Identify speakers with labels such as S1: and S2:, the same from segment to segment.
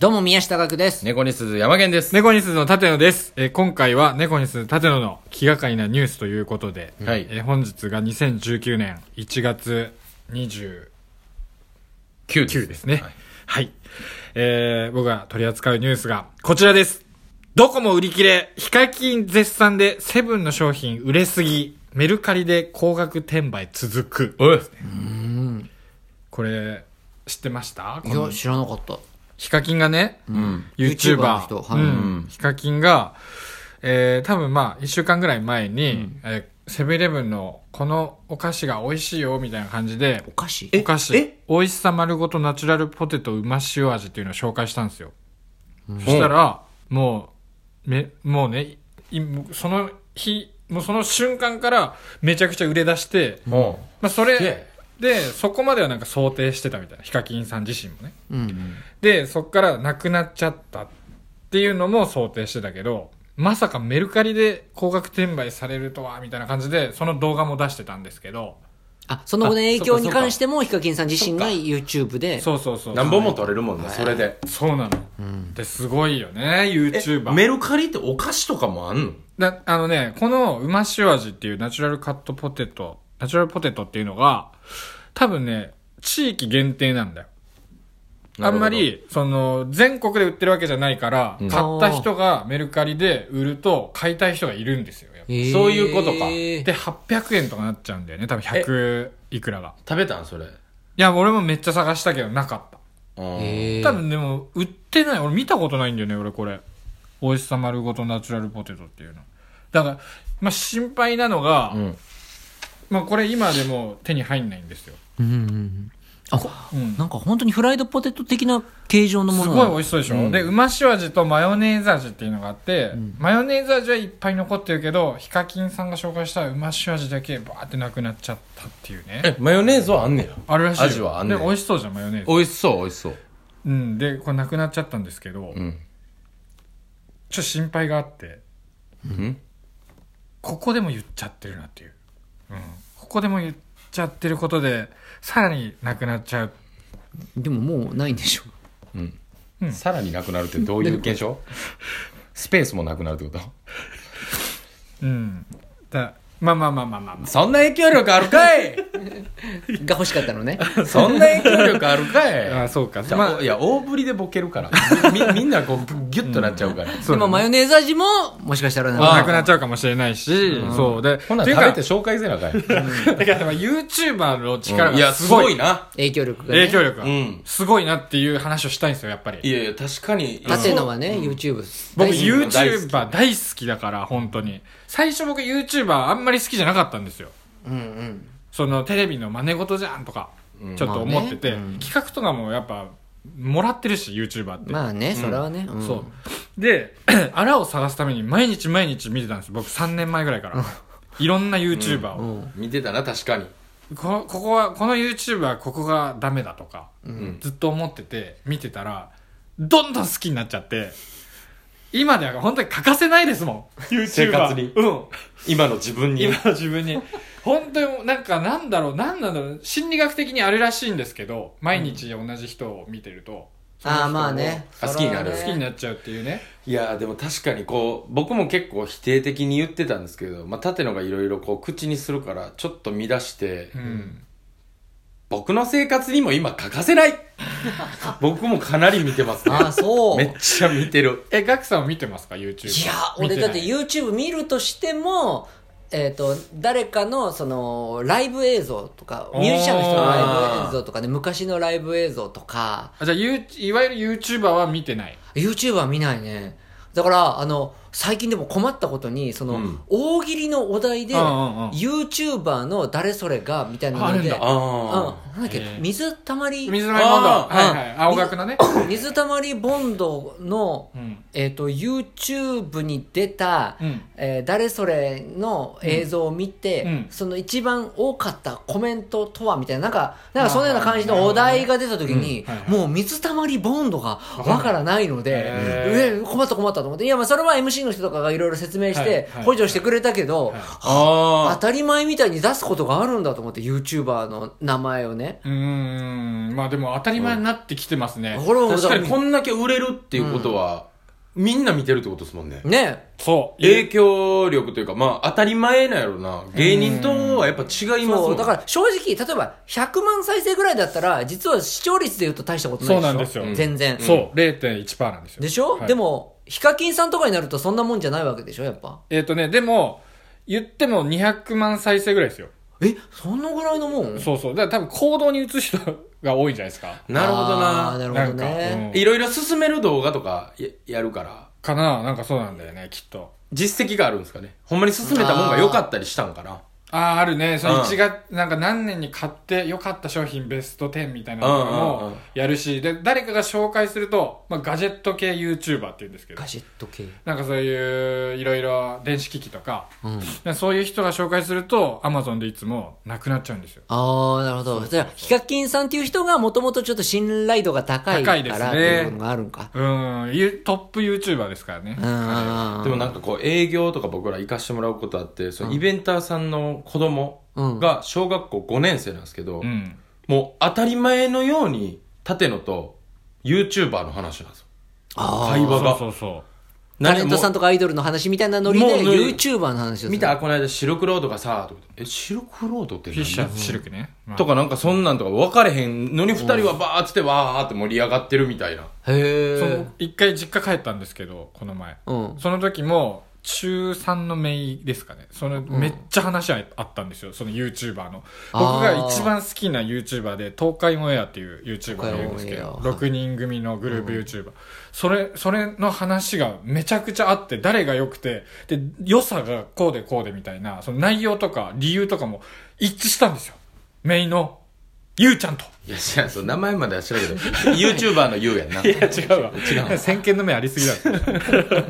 S1: どうも、宮下岳です。
S2: 猫に鈴山源です。
S3: 猫にすずの立野です。えー今回は猫にすず立野の気がかりなニュースということで、
S2: はい
S3: えー本日が2019年1月29
S2: 9
S3: ですね。はい。えー僕が取り扱うニュースがこちらです。どこも売り切れ、ヒカキン絶賛でセブンの商品売れすぎ、メルカリで高額転売続く。
S2: おい
S3: これ、知ってました
S1: い
S3: この
S1: や、知らなかった。
S3: ヒカキンがね、
S1: YouTuber の
S3: YouTuber、
S1: 人
S3: う
S1: はい
S3: ん、ヒカキンが、えー、多分まあ、一週間ぐらい前に、えーセブンイレブンのこのお菓子が美味しいよ、みたいな感じで
S1: お、菓子
S3: お菓子、美味しさ丸ごとナチュラルポテトうま塩味っていうのを紹介したんですよ。そしたら、もう、め、もうね、いもうその日、もうその瞬間からめちゃくちゃ売れ出して、
S2: も
S3: まあそれ
S2: すげえ
S3: で、そこまではなんか想定してたみたいな、ヒカキンさん自身もね。
S1: うん。
S3: で、そっからなくなっちゃったっていうのも想定してたけど、まさかメルカリで高額転売されるとは、みたいな感じで、その動画も出してたんですけど、
S1: あ、その後の影響に
S3: あそっかそっか
S1: 関しても、ヒカキンさん自身が YouTube で、
S3: そうそうそうう。
S2: 何本も取れるもんね、それで。
S3: そうなの。で、すごいよね、YouTuber。
S2: メルカリってお菓子とかもあんの
S3: だあのね、このうま塩味っていうナチュラルカットポテト、ナチュラルポテトっていうのが、多分ね、地域限定なんだよ。あんま。り、その、全国で売ってるわけじゃないから、
S2: ん
S3: 買った人がメルカリで売ると、買いたい人がいるんですよ。やっぱ
S1: へー
S2: そういうことか
S3: で、800円とかなっちゃうんだよね。多分100いくらが。
S2: 食べたんそれ。
S3: いや、俺もめっちゃ探したけど、なかった。
S2: うん。
S1: へー
S3: 多分でも、売ってない。俺見たことないんだよね、俺これ。美味しさ丸ごとナチュラルポテトっていうの。だから、まあ、心配なのが、
S2: ん
S3: まあ、これ今でも手に入んないんですよ。
S1: うんうんうん。あ、
S3: うん
S1: なんか本当にフライドポテト的な形状のも
S3: す
S1: の
S3: ごい美
S1: い。
S3: 味しそうでしょ、
S2: うん
S3: でうま塩味とマヨネーズ味っていうのがあって、マヨネーズ味はいっぱい残ってるけどヒカキンさんが紹介したうま塩味だけバーってなくなっちゃったっていうね
S2: え、マヨネーズはあんねや。
S3: あるらしいよ
S2: 味はあんね
S3: で美味しそうじゃんマヨネーズ
S2: 美味しそう、美味しそう。
S3: うんでこれなくなっちゃったんですけど、
S2: ん
S3: ちょっと心配があって
S2: ん
S3: ここでも言っちゃってるなっていう、うん、ここでも言っちゃってることでさらになくなっちゃう
S1: でももうないんでしょ。
S2: さらになくなるってどういう現象 スペースもなくなるってこと
S3: うんだまあまあまあまあまあ、まあ、
S2: そんな影響力あるか い
S1: が欲しかったの ね。
S2: そんな影響力あるか
S3: あ
S2: い
S3: あそうか
S2: じゃあ
S3: まあ
S2: おいや、大ぶりでボケるから。 み、みんなこう、ギュッとなっちゃうから。
S1: でもマヨネーズ味も、もしかしたら
S2: あ
S1: な
S3: なくなっちゃうかもしれないし、そうで、
S2: ほんなら
S3: って
S2: 食
S3: い
S2: べ
S3: う
S2: て紹介せなあかい。
S3: か、だから YouTuber の力
S2: うんい
S3: が
S2: や、
S3: す
S2: す
S3: ご
S2: ご
S3: い、
S2: いな。
S1: 影響力がね。
S3: 影響力が
S2: うん、
S3: すごいなっていう話をしたいんですよ、やっぱ
S2: い
S3: り。
S2: やいや、確かに。
S1: 立野はね、YouTube 大
S3: 僕
S1: 好き。
S3: YouTuber 大好きだから、本当に。最初僕 YouTuber あんまり好きじゃなかったんですよ。
S1: うんうん。
S3: そのテレビの真似事じゃんとか、ちょっと思ってて、
S1: まあね
S3: 企画とかもやっぱ、もらってるし、YouTuber って。
S1: まあね、それはね。うん
S3: そう。で、 あらを探すために毎日毎日見てたんですよ。僕3年前ぐらいから。いろんな YouTuber を。
S2: 見てたな、確かに。
S3: こここはこの YouTuber はここがダメだとか、
S2: ん
S3: ずっと思ってて見てたらどんどん好きになっちゃって今では本当に欠かせないですもん YouTuber
S2: 生活に
S3: うん
S2: 今の自分に。
S3: 今の自分に本当になんかなんだろうなんなんだろう心理学的にあるらしいんですけど毎日同じ人を見てると、その人
S1: ああ、
S3: を
S1: まあね。
S2: あ好きにな
S1: それ
S2: る
S1: はね
S3: 好きになっちゃうっていうね
S2: いやーでも確かにこう僕も結構否定的に言ってたんですけど、まあ、舘野がいろいろこう口にするからちょっと乱して、
S3: うん、
S2: 僕の生活にも今欠かせ ない僕もかなり見てますね
S1: ああ、そう。
S2: めっちゃ見てる
S3: えガクさんを見てますか YouTube
S1: いや、俺だって YouTube 見るとしても、えっ、と、誰かの、その、ライブ映像とか、ミュージシャンの人のライブ映像とかね、昔のライブ映像とか、
S3: あじゃあ、You- いわゆる YouTuber は見てない
S1: YouTube は見ないね。だから、あの、最近でも困ったことに、その、
S2: うん
S1: 大喜利のお題で、
S3: うんうんうん
S1: YouTuber の誰それが、みたいなので、
S3: あるんだ
S1: うん、
S2: あ
S1: なんだっけ、
S3: へー
S1: 水たまり、
S3: 水溜りボンド
S2: あ
S3: はい
S2: ー
S3: はい青学のね
S1: 水たまりボンドの、
S3: うん
S1: えっ、と、YouTube に出た、
S3: うん
S1: えー誰それの映像を見て、
S3: うんうん
S1: その一番多かったコメントとはみたいな、なんか、なんかそんなような感じのお題が出た時に
S3: はいは、い
S1: もう水たまりボンドがわからないので、
S3: へ
S1: えー困った困ったと思って、いやまあそれは MC MC の人とかがいろいろ説明し
S3: はい
S1: て
S3: はい
S1: 補助してくれたけど、当
S2: あ
S1: たり前みたいに出すことがあるんだと思って YouTuber の名前をね
S3: うーん、まあでも当たり前になってきてますね。
S1: これ
S2: あ。
S1: も
S2: 確かにこ
S1: だ
S2: んだけ売れるっていうことは、みんな見てるってことですもんね。
S1: ね
S3: そう。
S2: 影響力というか、まあ当たり前なんやろな。芸人とはやっぱ違いますも
S1: そ
S2: ん。
S1: うだから正直例えば100万再生ぐらいだったら実は視聴率で言うと大したことないでしょ
S3: そうなんですよ
S1: 全然
S3: そう、0.1%なんですよ。
S1: でしょ、
S3: はい
S1: でもヒカキンさんとかになるとそんなもんじゃないわけでしょやっぱ
S3: えっ、とね、でも、言っても200万再生ぐらいですよ。
S1: えそんなぐらいのもん
S3: そうそう。だから多分行動に移す人が多いんじゃないですか。
S2: なるほど
S1: あー
S2: な。
S1: なるほど
S3: なん
S1: ね
S3: か
S2: いろいろ進める動画とかややるから、
S3: かななんかそうなんだよね、きっと。
S2: 実績があるんですかね。ほんまに進めたもんが良かったりしたんかな。
S3: ああ、あるね。そ
S2: うん
S3: の1月、なんか何年に買って良かった商品ベスト10みたいなのとか
S2: うんうんう
S3: も
S2: ん
S3: やるし、で、誰かが紹介すると、まあ、ガジェット系 YouTuber って言うんですけど
S1: ガ、ジェット系
S3: なんかそういう、いろいろ電子機器とか、
S1: うん
S3: でそういう人が紹介すると、Amazon でいつもなくなっちゃうんですよ。
S1: ああ、なるほど。じゃあ、ヒカキンさんっていう人がもともとちょっと信頼度が高いか
S3: 高いですね
S1: らっていうのがあるんか。
S3: うん、ゆトップ YouTuber ですからね。
S1: うんうんうん。
S2: でもなんかこう営業とか僕ら行かしてもらうことあって、そのイベンターさんの子供
S1: うん
S2: が小学校5年生なんですけど、
S3: うん。
S2: もう当たり前のように、舘野と YouTuber の話なんですよ。
S1: あ
S2: 会話
S3: そ
S2: が。
S3: うそうそう。
S1: タレントさん
S2: と
S1: とかアイドルの話みたいなノリで
S2: もうもう
S1: YouTuber の話をする。
S2: 見たこの間白黒とかさ、とか言ってえ、白黒とって
S3: フィッシャーズ
S2: 何
S3: シルクね。
S2: と
S3: か、
S2: かなんかそんなんとか分かれへんのに二人はバーっつってわーって盛り上がってるみたいな。
S1: へ
S3: そ
S1: え
S3: の。一回実家帰ったんですけど、この前。
S1: うん。
S3: その時も、中3のメイですかね。その、めっちゃ話ああったんですよ、その YouTuber の。僕
S1: あー
S3: が一番好きな YouTuber で、東海オンエアっていう YouTuber がいるんですけど、
S1: 東海オンエア
S3: 6人組のグループ YouTuber、それ、それの話がめちゃくちゃあって、誰が良くて、で、良さがこうでこうでみたいな、その内容とか理由とかも一致したんですよ。メイの、ゆうちゃんと。
S2: いや、知らん、その名前までは知らんけど、YouTuber の U やんな。
S3: いや、 違うわ。先見の目ありすぎだろ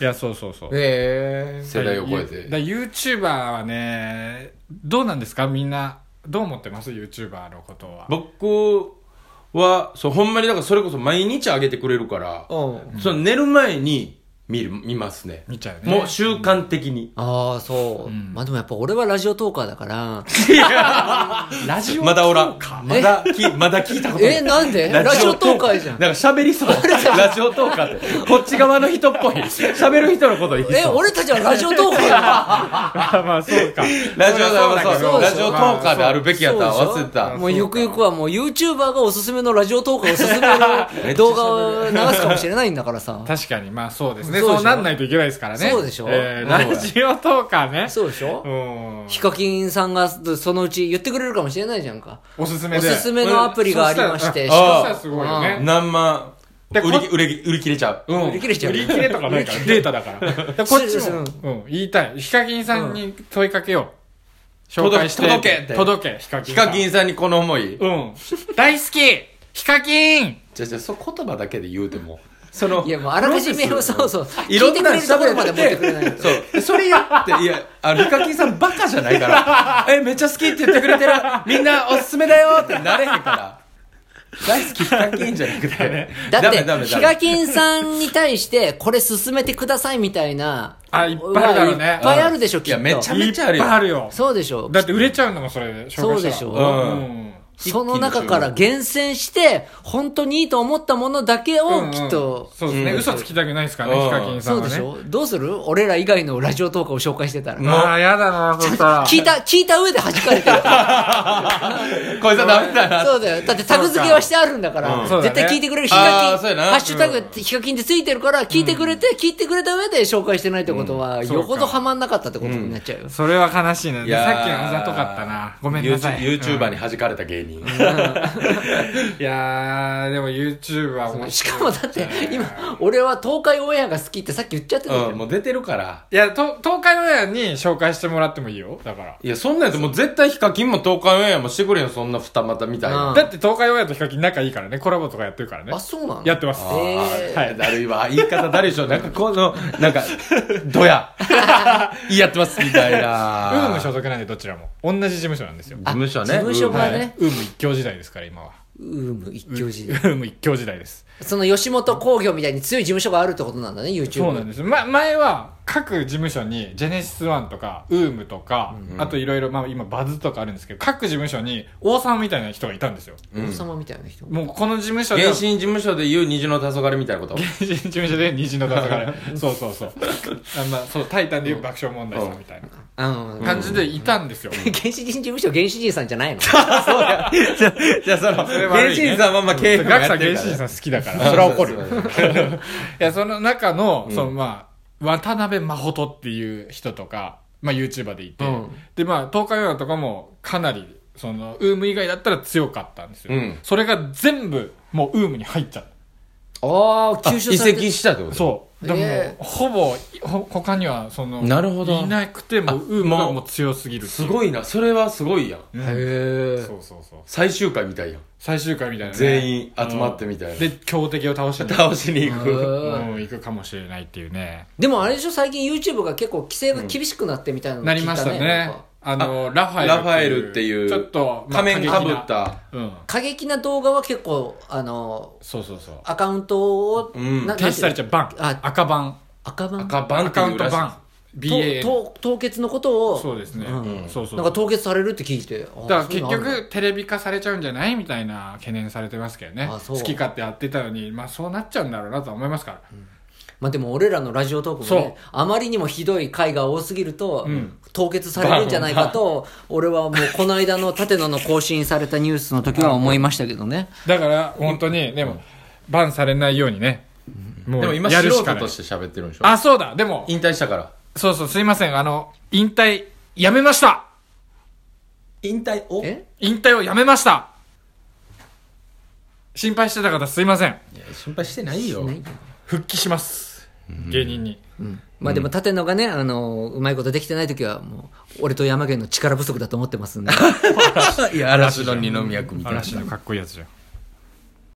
S3: いや、そうそうそう。
S1: へえ。
S2: 世代を超え
S3: だ
S2: て。
S3: ユーチューバーはね、どうなんですかみんな、どう思ってますユーチューバーのことは。
S2: 僕は、そう、ほんまにだからそれこそ毎日上げてくれるから、
S1: うん。
S2: その寝る前に見る、見ますね。
S3: 見ちゃうね。
S2: もう習慣的に。
S1: ああ、そう。まあでもやっぱ俺はラジオトーカーだから。
S3: ラジオ
S2: まだおらん
S3: 効果。
S2: まだき、まだ聞いたことない。
S1: え、なんでラジオトーカーじゃん。
S2: なんか喋りそう。ラジオトーカーって。こっち側の人っぽい。喋る人のこと言い
S1: え、
S2: そう。
S1: 俺たちはラジオトーカーだ
S3: まあ、そうか。
S2: ラジオだ
S3: そ
S2: から
S3: うだけ
S2: そ
S3: ど
S2: うラジオトーカーであるべきやったら
S1: そうで
S2: 忘
S1: しょ
S2: れて た。
S1: もうゆくゆくはもう YouTuber がおすすめのラジオトークをおすすめの動画を流すかもしれないんだからさ。
S3: 確かに、まあそうですね。
S1: そうでしょ
S3: そうなんないといけないですからね。
S1: そうでしょ
S3: えー
S1: うん
S3: ラジオトーカーね。
S1: そうでしょ
S3: うん。
S1: ヒカキンさんがそのうち言ってくれるかもしれないじゃんか。
S3: おすすめで。
S1: おすすめのアプリがありまして、
S2: そしたら
S3: そしたらすごいよね。
S2: 何万
S3: で
S2: 売り
S3: こ
S2: 売り売り切れちゃう、
S3: うん
S1: 売り切れちゃう
S3: 売り切れとかな いから、データだから。だからこっち
S1: そう
S3: も
S1: です、
S3: うん、言いたい。ヒカキンさんに問いかけよう。
S2: ん
S3: 紹介して。
S2: 届け届けって
S3: 届け、ヒカキン
S2: ヒ
S3: さん。
S2: カキンさんにこの思い、
S3: うん。大好きヒカキン
S2: じゃあじゃあそう言葉だけで言うてもその
S1: いや、もうあらかじめ、そう そう。そう。
S2: いろ
S1: 聞い
S2: ん
S1: て
S2: な
S1: くれ
S2: の
S1: るところまで
S2: 喋
S1: 持ってくれ
S2: れ
S1: な
S2: ないい。そうそれ言っていやあのヒカキンさんバカじゃないからえめっちゃ好きって言ってくれてるみんなおすすめだよってなれへんから大好きヒカキンじゃなくて
S1: だっ
S2: ダメダ
S1: て、
S2: メ
S1: ヒ
S2: ダ
S1: カ
S2: メ
S1: キンさんに対して、これ進めてくださいみたいな。
S3: あいっぱいあるだろうね
S1: いっぱいあるでしょ、
S2: ん
S1: きっと。
S2: いやめちゃ
S3: い
S2: め
S3: っ
S2: ちゃあ
S3: ぱい
S2: るよ
S3: あるよ。
S1: そうでしょ。
S3: だって売れちゃうのもそれ、紹介したら
S1: そうでしょ
S3: うん。
S1: その中から厳選して、本当にいいと思ったものだけ
S3: うんう
S1: を、
S3: ん
S1: きっと。
S3: そうですね。嘘つきたくないですからね、
S2: うん
S3: ヒカキンさん
S1: そう
S3: は
S1: でし
S3: ね。
S1: ょどうする俺ら以外のラジオトークを紹介してたら。
S3: まあ、やだな、そし たら。
S1: 聞いた、聞いた上で弾かれ てる。
S2: こいつはダメだな
S1: そうだよ。だってタグ付けはしてあるんだか
S3: う
S1: ら
S3: ん、そうだ
S1: 絶
S3: ね
S1: 対聞いてくれるヒ
S2: あ
S1: カ
S2: ー
S1: キ
S2: そうや
S1: ン、
S2: な
S1: ハッシュタグってヒカキンってついてるから、聞いてくれて、聞いてくれた上で紹介してないってことは、
S3: そうか
S1: よほどハマんなかったってことになっちゃうよ。
S3: それは悲しいね。
S2: いやー
S3: さっきのあざとかったな。ごめんなさい。
S2: ユーチューバ
S3: に。
S2: ーに弾かれた芸人、
S3: いやー、でも YouTuber は面白い
S1: しかもだって、今、俺は東海オンエアが好きってさっき言っちゃってたじゃ
S2: うん
S1: ん。
S2: もう出てるから
S3: いや、と東海オンエアに紹介してもらってもいいよ。だから。
S2: いや、そんなんやつもう絶対ヒカキンも東海オンエアもしてくれよ、そんな二股みたい
S1: うん
S2: な。
S3: だって東海オンエアとヒカキン仲いいからね、コラボとかやってるからね
S1: あ、。そうなの
S3: やってます。
S2: あー
S1: えー
S2: はい、だるいわ。言い方だるいでしょ。なんかこの、なんか、どや。いいやってます、みたい
S3: ウ ーム
S2: な。
S3: 所属なんでどちらも。同じ事務所なんですよ。
S2: 事務所ね。
S1: あ事務所
S2: うん
S1: がね
S3: はいウーム一強時代ですから、今は。
S1: ウーム一強時
S3: ウ
S1: 代。
S3: ーム一強時代です。
S1: その吉本興業みたいに強い事務所があるってことなんだね YouTube
S3: そうなんです、ま、前は各事務所にジェネシスワンとかウームとか、あといろいろまあ今バズとかあるんですけど各事務所に王様みたいな人がいたんですよ
S1: 王様みたいな人、
S3: もうこの事務所で
S2: 原神事務所で言う虹の黄昏みたいなこと
S3: 事務所で虹の黄昏そうそうそうあ、まあ、そうタイタンでいう爆笑問題さんみたいな
S1: あの
S3: 感じでいたんですよ、
S1: 原始人事務所原始人さんじゃないの
S2: じゃあ、 じゃあその、
S3: れ
S2: 原
S3: 悪いね
S2: 神さんはまあ経営
S3: ガクさ
S2: も
S3: ん
S2: やって
S3: 原
S2: るから
S3: 始
S2: ね
S3: 人さん好きだからそれは怒る
S2: そう
S3: よ
S2: そう
S3: いやその中の,、そのまあ渡辺真琴っていう人とか、まあ、YouTuber でいて、
S1: うん
S3: でまあ東海オンエアとかもかなりそのウーム以外だったら強かったんですよ、
S2: うん
S3: それが全部もうウームに入っちゃっ
S1: ああ吸収
S2: 移
S1: されて
S2: 籍したって
S3: た
S2: こと
S3: そうでも、
S1: え
S3: ほぼほ他にはその
S2: なるほど
S3: いなくてもうウームがもう強すぎる
S2: すごいな。それはすごいやん。
S3: い、うん
S1: へえ
S3: そうそうそう
S2: 最終回みたいやん。
S3: 最終回みたいなね、
S2: 全員集まってみたいな
S3: で強敵を倒 して
S2: 倒しに行く。
S3: もう行くかもしれないっていうね
S1: でもあれでしょ最近 YouTube が結構規制が厳しくなってみたいなの
S3: なりました
S1: なん
S3: ね
S1: か。
S3: あの、ラファエル。
S2: ラファエルっていう
S3: ちょっと、まあ
S2: 仮面かぶっ。
S3: 過
S2: た。
S3: 激なうん。
S1: 過激な動画は結構あの
S3: そうそうそう。
S1: アカウントを、
S2: うん
S1: ななんて
S3: 停
S1: い
S3: 止されちゃう、バン。
S1: あ
S3: 赤バン。
S1: 赤番
S2: 赤バン
S3: ア
S2: って
S3: カ
S2: い
S3: ウン
S2: う
S3: ト
S2: らしい
S3: バ
S2: で
S3: ン
S2: す。。
S3: BA。
S1: とと凍結のことを
S3: そうですね。
S1: うん
S3: そうそう。
S1: なんか凍結されるって聞いてあ
S3: だから
S1: そうい
S3: 結
S1: うのあるの
S3: 局、テレビ化されちゃうんじゃないみたいな懸念されてますけどね。
S1: あそ
S3: 好
S1: う
S3: き勝手やってたのに、まあそうなっちゃうんだろうなとは思いますから。
S1: まあでも俺らのラジオトークも
S3: そ
S1: ね
S3: う
S1: あまりにもひどい回が多すぎると、
S3: ん
S1: 凍結されるんじゃないかと俺はもうこの間の舘野の更新されたニュースの時は思いましたけど ね
S3: だから、本当に、でも、バンされないようにね。も
S2: でも今
S3: や
S2: 素
S3: るしか
S2: 人
S3: ない
S2: として喋ってるんでしょ
S3: あ、そうだ。でも、
S2: 引退したから。
S3: そうそう、すいません。あの、引退、やめました
S2: 引退を
S1: え
S3: 引退をやめました心配してた方すいません
S2: 心配してないよ。
S3: 復帰します芸人に
S1: まあでも舘野がねあのうまいことできてない時はもう俺と山源の力不足だと思ってますんで
S2: いや、嵐の二宮君みたいな。
S3: 嵐のかっこいいやつじゃん